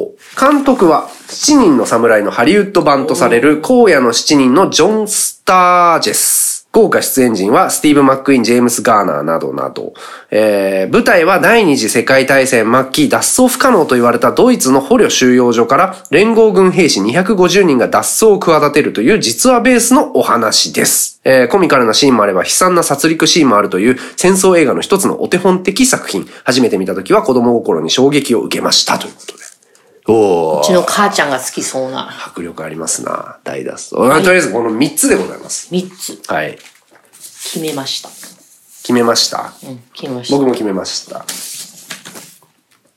C: 監督は、七人の侍のハリウッド版とされる、荒野の七人のジョン・スタージェス。豪華出演陣は、スティーブ・マックイーン、ジェームス・ガーナーなどなど。えー、舞台は第二次世界大戦末期、脱走不可能と言われたドイツの捕虜収容所から、連合軍兵士250人が脱走を企てるという実話ベースのお話です。えーコミカルなシーンもあれば悲惨な殺戮シーンもあるという戦争映画の一つのお手本的作品。初めて見た時は子供心に衝撃を受けましたということで。お
B: うち
C: ー。
B: の母ちゃんが好きそうな。
C: 迫力ありますな大脱走。あとりあえずこの3つでございます。
B: 3つ
C: はい。
B: 決めました。
C: 決めました。
B: うん、決めました。
C: 僕も決めました。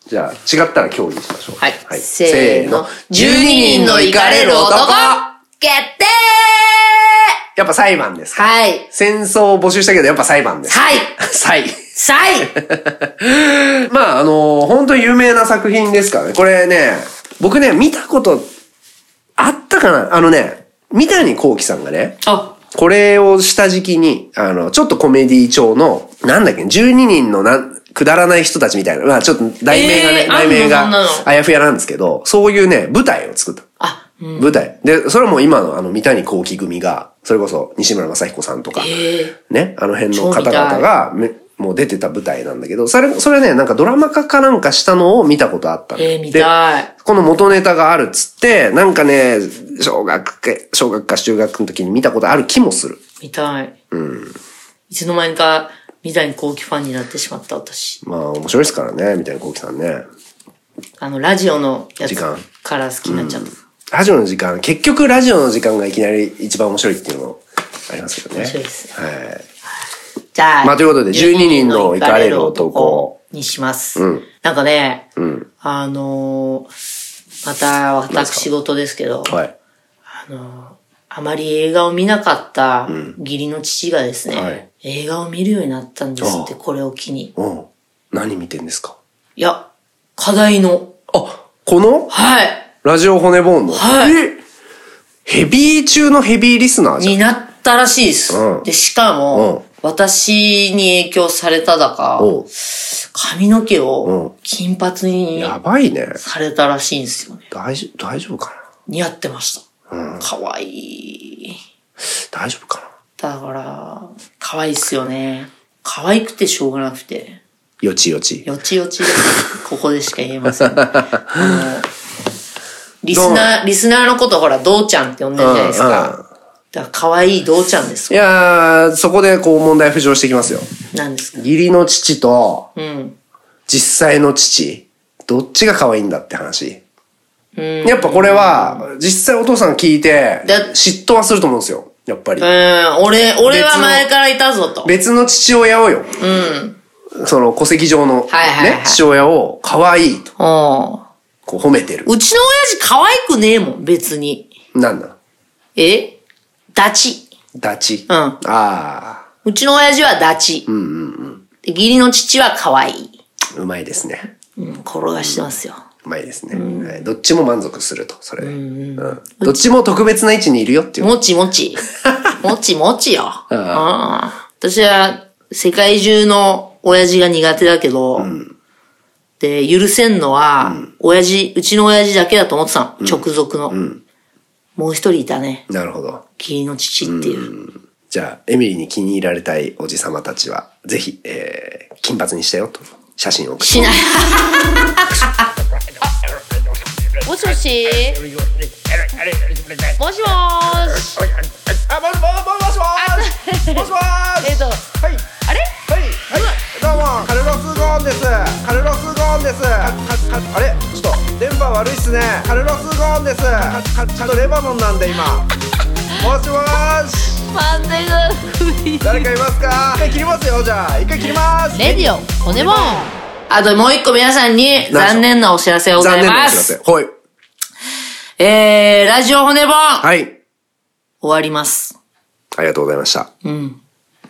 C: じゃあ、違ったら協議しましょう。
B: はい。せーの。12人のイ
C: 行か
B: カれる男決定
C: やっぱ裁判ですか
B: はい。
C: 戦争を募集したけど、やっぱ裁判です。
B: はい。
C: 裁。
B: さ い
C: まあ、あのー本当に有名な作品ですからね。これね、僕ね、見たこと、あったかなあのね、三谷幸喜さんがね、
B: あ、
C: これを下敷きに、あの、ちょっとコメディ調の、なんだっけ、12人のなん、くだらない人たちみたいな、まあちょっと題名がね、
B: えー
C: 題名
B: あんのそんな
C: が
B: の
C: あやふやなんですけど、そういうね、舞台を作った。
B: あ、
C: 舞台。で、それはもう今のあの、三谷幸喜組が、それこそ西村雅彦さんとか、
B: え
C: ね、あの辺の方々が、めもう出てた舞台なんだけど、それ、それね、なんかドラマ化かなんかしたのを見たことあったの
B: えー見
C: で
B: たい
C: この元ネタがあるっつって、なんかね、小学か、小学か中学の時に見たことある気もする。
B: 見たい。うん。いつの間にか、三谷幸喜ファンになってしまった私。
C: まあ、面白いですからね、みたいな幸喜さんね。
B: あの、ラジオのやつ
C: 時間
B: から好きになっちゃった。
C: ラジオの時間、結局ラジオの時間がいきなり一番面白いっていうのもありますけどね。
B: 面白いです
C: はい。
B: じゃあ、
C: まあということで12人のイカれる男
B: にします。
C: うん
B: なんかね、
C: ん
B: あのーまた私事ですけど、
C: はい。
B: あのーあまり映画を見なかった義理の父がですね、
C: はい
B: 映画を見るようになったんですって、
C: ああ
B: これを機に。
C: うん。何見てんですか
B: いや、課題の。
C: あ、この
B: はい。
C: ラジオ骨ボーンの。
B: はい
C: えヘビー中のヘビーリスナーじゃん。
B: になったらしいです。
C: うん
B: で、しかも、私に影響されただか、
C: おう
B: 髪の毛
C: うん
B: を金髪に
C: やばいね。
B: されたらしいんですよね。
C: 大丈夫、大丈夫かな
B: 似合ってました。かわいい。
C: 大丈夫かな
B: だから、かわいいっすよね。可愛くてしょうがなくて。
C: よちよち。
B: よちよ ちです。ここでしか言えません。あのリスナー、リスナーのことほら、どうちゃんって呼んでるじゃないですか。
C: うんうん
B: だから、可愛いどうちゃんです
C: い
B: よ。
C: やー、そこでこう問題浮上してきますよ。
B: なんですか。
C: 義理の父と
B: うん。
C: 実際の父、どっちが可愛いんだって話。
B: うん。
C: やっぱこれは、実際お父さん聞いて、
B: だ
C: 嫉妬はすると思うんですよ。やっぱり
B: うん。、俺、俺は前からいたぞと。
C: 別の父親をよ、
B: うん。
C: その戸籍上の、ね
B: はいはいはい
C: 父親を可愛いと。
B: おー
C: こう褒めてる。
B: うちの親父可愛くねえもん、別に。
C: なんだ
B: えダチ。
C: ダチ。
B: うん
C: ああ
B: うちの親父はダチ。で義理の父は可愛い。
C: ー、うまいですね。
B: うん、転がしてますよ。
C: うまいですね、はいどっちも満足すると、それで、うんどっちも特別な位置にいるよっていう。
B: もちも ち。もちもちよ。うんん私は世界中の親父が苦手だけど、で、許せんのは、親父、うちの親父だけだと思ってたの。直属の。もう一人いたね。
C: なるほど。
B: 義理の父っていう。
C: じゃあ、エミリーに気に入られたいおじさまたちは、ぜひ、えー、金髪にしたよと、写真を送って。
B: しない。
F: もしもし。もしもーし。
G: あ、もしもしもしもしもしもーし
F: えっと、
G: はい
F: あれ
G: はいはいどうもカルロス・ゴーンですカルロス・ゴーンですかかあれちょっと電波悪いっすねカルロス・ゴーンですかかちょっとレバノンなんで今もしもーし
F: 漫才が首。
G: 誰かいますか一回切りますよじゃあ一回切ります
D: レディオ骨ボーン
B: あともう一個皆さんに残念なお知らせがござ
C: 残
B: い
C: 念な
B: ま
C: お知らせ。
B: す。
C: はい。
B: えー、ラジオ骨本、
C: はい。
B: 終わります。
C: ありがとうございました。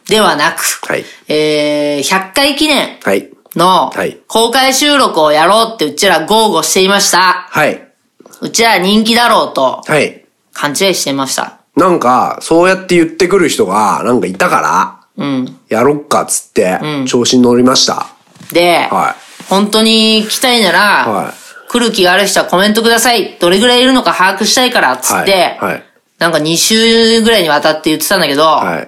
B: ではなく、
C: はい。
B: えー、100回記念
C: はい。
B: の
C: はい
B: 公開収録をやろうってうちら豪語していました。
C: はい。
B: うちら人気だろうと
C: はい。
B: 勘違いしていました。
C: なんか、そうやって言ってくる人が、なんかいたから、
B: うん。
C: やろっかっつって、
B: うん
C: 調子に乗りました。
B: で、
C: は
B: 本当に来たいなら、
C: は
B: 来る気がある人はコメントください。どれぐらいいるのか把握したいからっつって、
C: はいはい
B: なんか2週ぐらいにわたって言ってたんだけど、
C: い。はい。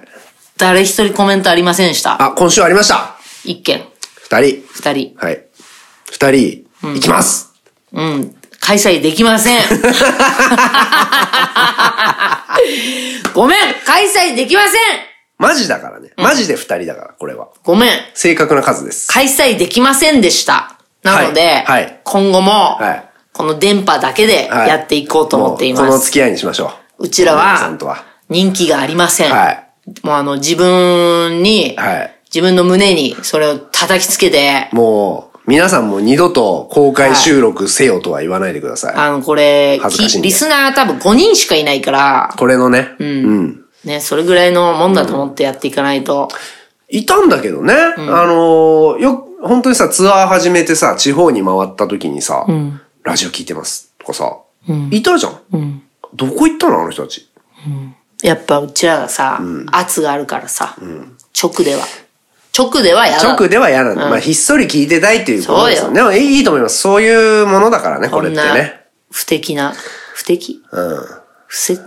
B: 誰一人コメントありませんでした。
C: あ、今週ありました
B: 1件、
C: 二人。
B: 2人。
C: はい。二人、行きます
B: うん。開催できません。 ごめん開催できません
C: マジだからね。マジで二人だから、これは。
B: ごめん
C: 正確な数です。
B: 開催できませんでした。なので、
C: はいはい
B: 今後も、
C: はい
B: この電波だけで
C: はい
B: やっていこうと思っています。
C: もうこの付き合いにしましょう。
B: うちら
C: 皆さん
B: は
C: とは。
B: 人気がありません。
C: はい
B: もうあの自分に、
C: はい
B: 自分の胸にそれを叩きつけて、
C: もう、皆さんも二度と公開収録せよとは言わないでください。
B: あのこれ、
C: 恥ずかしい
B: き
C: んで
B: リスナー多分5人しかいないから、
C: これのね、うん。
B: ね、それぐらいのもんだと思ってやっていかないと。
C: いたんだけどね。あのーよ、本当にさ、ツアー始めてさ、地方に回った時にさ、ラジオ聞いてますとかさ、いたじゃん,、どこ行ったのあの人たち。
B: やっぱうちらがさ、圧があるからさ、直では。直ではやだ。
C: 直では嫌なんだ。
B: うん
C: まあ、ひっそり聞いてたいっていうことです
B: そ
C: よ
B: う
C: ね。でもいいいいと思います。そういうものだからね、こ
B: こ
C: れっ
B: ん
C: て
B: な
C: ね。
B: 不適な、不適
C: うん。
B: 不せ、不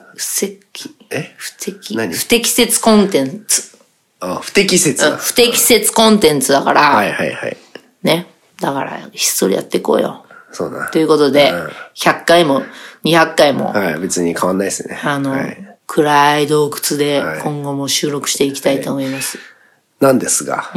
B: 適
C: え
B: 不適
C: 何
B: 不適切コンテンツ。
C: あ不適切
B: うん
C: だ。
B: 不適切コンテンツだから、
C: はいはいはい。
B: ね。だから、ひっそりやっていこうよ。
C: そうだな。
B: ということで、100回も200回も、
C: はい、別に変わんないですね。
B: あの、
C: はい
B: 暗い洞窟で
C: はい
B: 今後も収録していきたいと思います。
C: なんですが、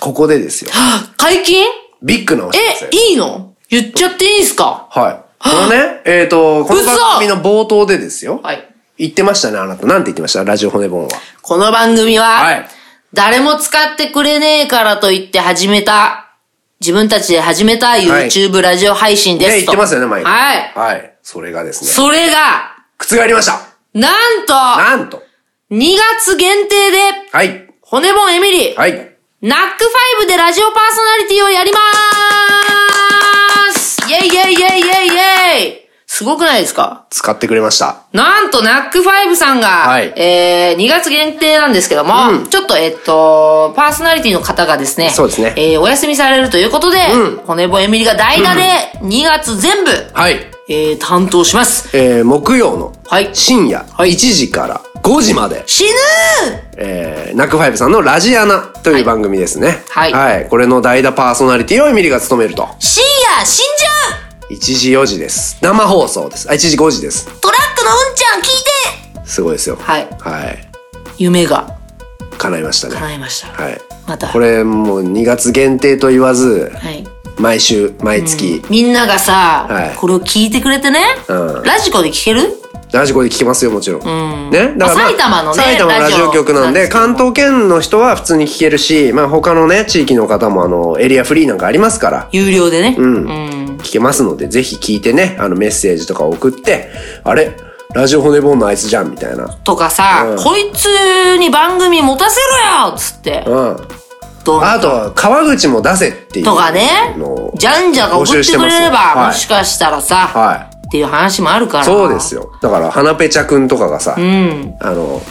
C: ここでですよ。
B: 解禁
C: ビッグなお知らせ。
B: え、いいの言っちゃっていいんすか
C: はい。このね、えっ、と、この番組の冒頭でですよ。
B: はい。
C: 言ってましたね、あなた。なんて言ってましたラジオ骨本は。
B: この番組は、
C: はい
B: 誰も使ってくれねえからと言って始めた、自分たちで始めた YouTube ラジオ配信です
C: ね、
B: と。
C: 言ってますよね、毎回。
B: はい。
C: はい。それがですね、
B: それが、
C: 覆りました。
B: なんと、
C: なんと。
B: 2月限定で、
C: はい。
B: 骨盆エミリー、
C: はい。
B: ナック5でラジオパーソナリティをやりまーすイェイイェイイェイイェイイェイすごくないですか
C: 使ってくれました。
B: なんと、ナックファイブさんが、
C: はい
B: えー、2月限定なんですけども、
C: うん
B: ちょっと、えっと、パーソナリティの方がですね、
C: そうですね
B: えー、お休みされるということで、骨棒エミリが代打で、2月全部、
C: はい。
B: えー、担当します。
C: えー、木曜の
B: はい。
C: 深夜1時から5時まで、
B: 死ぬ
C: えー、ナックファイブさんのラジアナという番組ですね。
B: はい
C: はい。これの代打パーソナリティをエミリが務めると。
B: 深夜死んじゃう
C: 1時4時です。生放送です。あ、1時5時です。
B: トラックのうんちゃん聞いて
C: すごいですよ。
B: はい
C: はい。
B: 夢が
C: 叶いましたね。
B: 叶いました。
C: はい。
B: また。
C: これもう2月限定と言わず、
B: はい。
C: 毎週、毎月、
B: みんながさ、
C: はい
B: これを聞いてくれてね、
C: うん
B: ラジコで聞ける
C: ラジコで聞けますよ、もちろん。
B: うん
C: ね。だから、まあ
B: 埼玉のね
C: 埼玉のラジオ局なん
B: ラ
C: で、
B: ジオなんです
C: 関
B: けど
C: 東圏の人は普通に聞けるし、まあ他のね、地域の方もあの、エリアフリーなんかありますから、
B: 有料でね。
C: ん
B: うん
C: 聞けますので、ぜひ聞いてね、あのメッセージとか送って、あれラジオ骨ボーンのあいつじゃんみたいな。
B: とかさ、
C: うん
B: こいつに番組持たせろよっつって、
C: うん。
B: どう
C: あとは、川口も出せっていう。
B: とかね
C: のを、
B: じゃんじゃが送ってくれれば、
C: はい
B: もしかしたらさ、
C: は
B: っていう話もあるか
C: い。
B: ら。
C: そうですよ。だから、花ペチャくんとかがさ、
B: うん。
C: あの、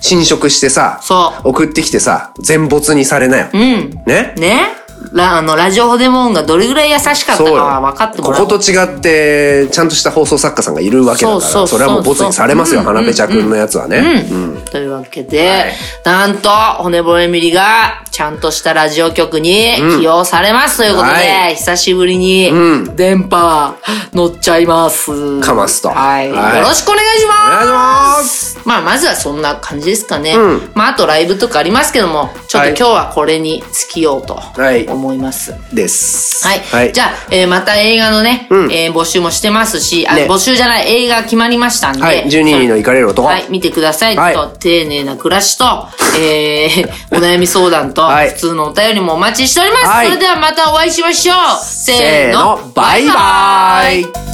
C: 侵食してさ、
B: そ
C: 送ってきてさ、全没にされなよ。
B: う。うん。
C: ね
B: ねラあの、ラジオホデモンがどれぐらい優しかったか
C: そう
B: は
C: よ
B: 分かっても
C: こ
B: らう。
C: こと違って、ちゃんとした放送作家さんがいるわけだから、
B: そうそうそう
C: れはもうボツにされますよ、
B: うん
C: 花ペチャくんのやつはね。うん
B: というわけで、なんと、骨骨エミリが、ちゃんとしたラジオ局に起用されますということで、
C: はい
B: 久しぶりに、
C: う
B: 電波、乗っちゃいます。
C: かますと
B: はい。
C: はい
B: よろしくお願いし
C: お願いし
B: ま
C: ます
B: まあ、まずはそんな感じですかね。
C: うん
B: まあ、あとライブとかありますけども、ちょっと今日はこれに尽きようと
C: はい
B: 思います。
C: です。
B: はい。じゃ
C: ゃ
B: あ、えーまた映画のね、
C: うん
B: えー募集もしてますし、あ、
C: ね
B: 募集じゃない、映画決まりましたんで。
C: はい、12人の行かれる男。
B: はい、見てください。
C: はい
B: と、丁寧な暮らしと、えー、 お悩み相談と、
C: はい
B: 普通のお便りもお待ちしております。
C: はい
B: それではまたお会いしましょう。せーの、
C: バイバイ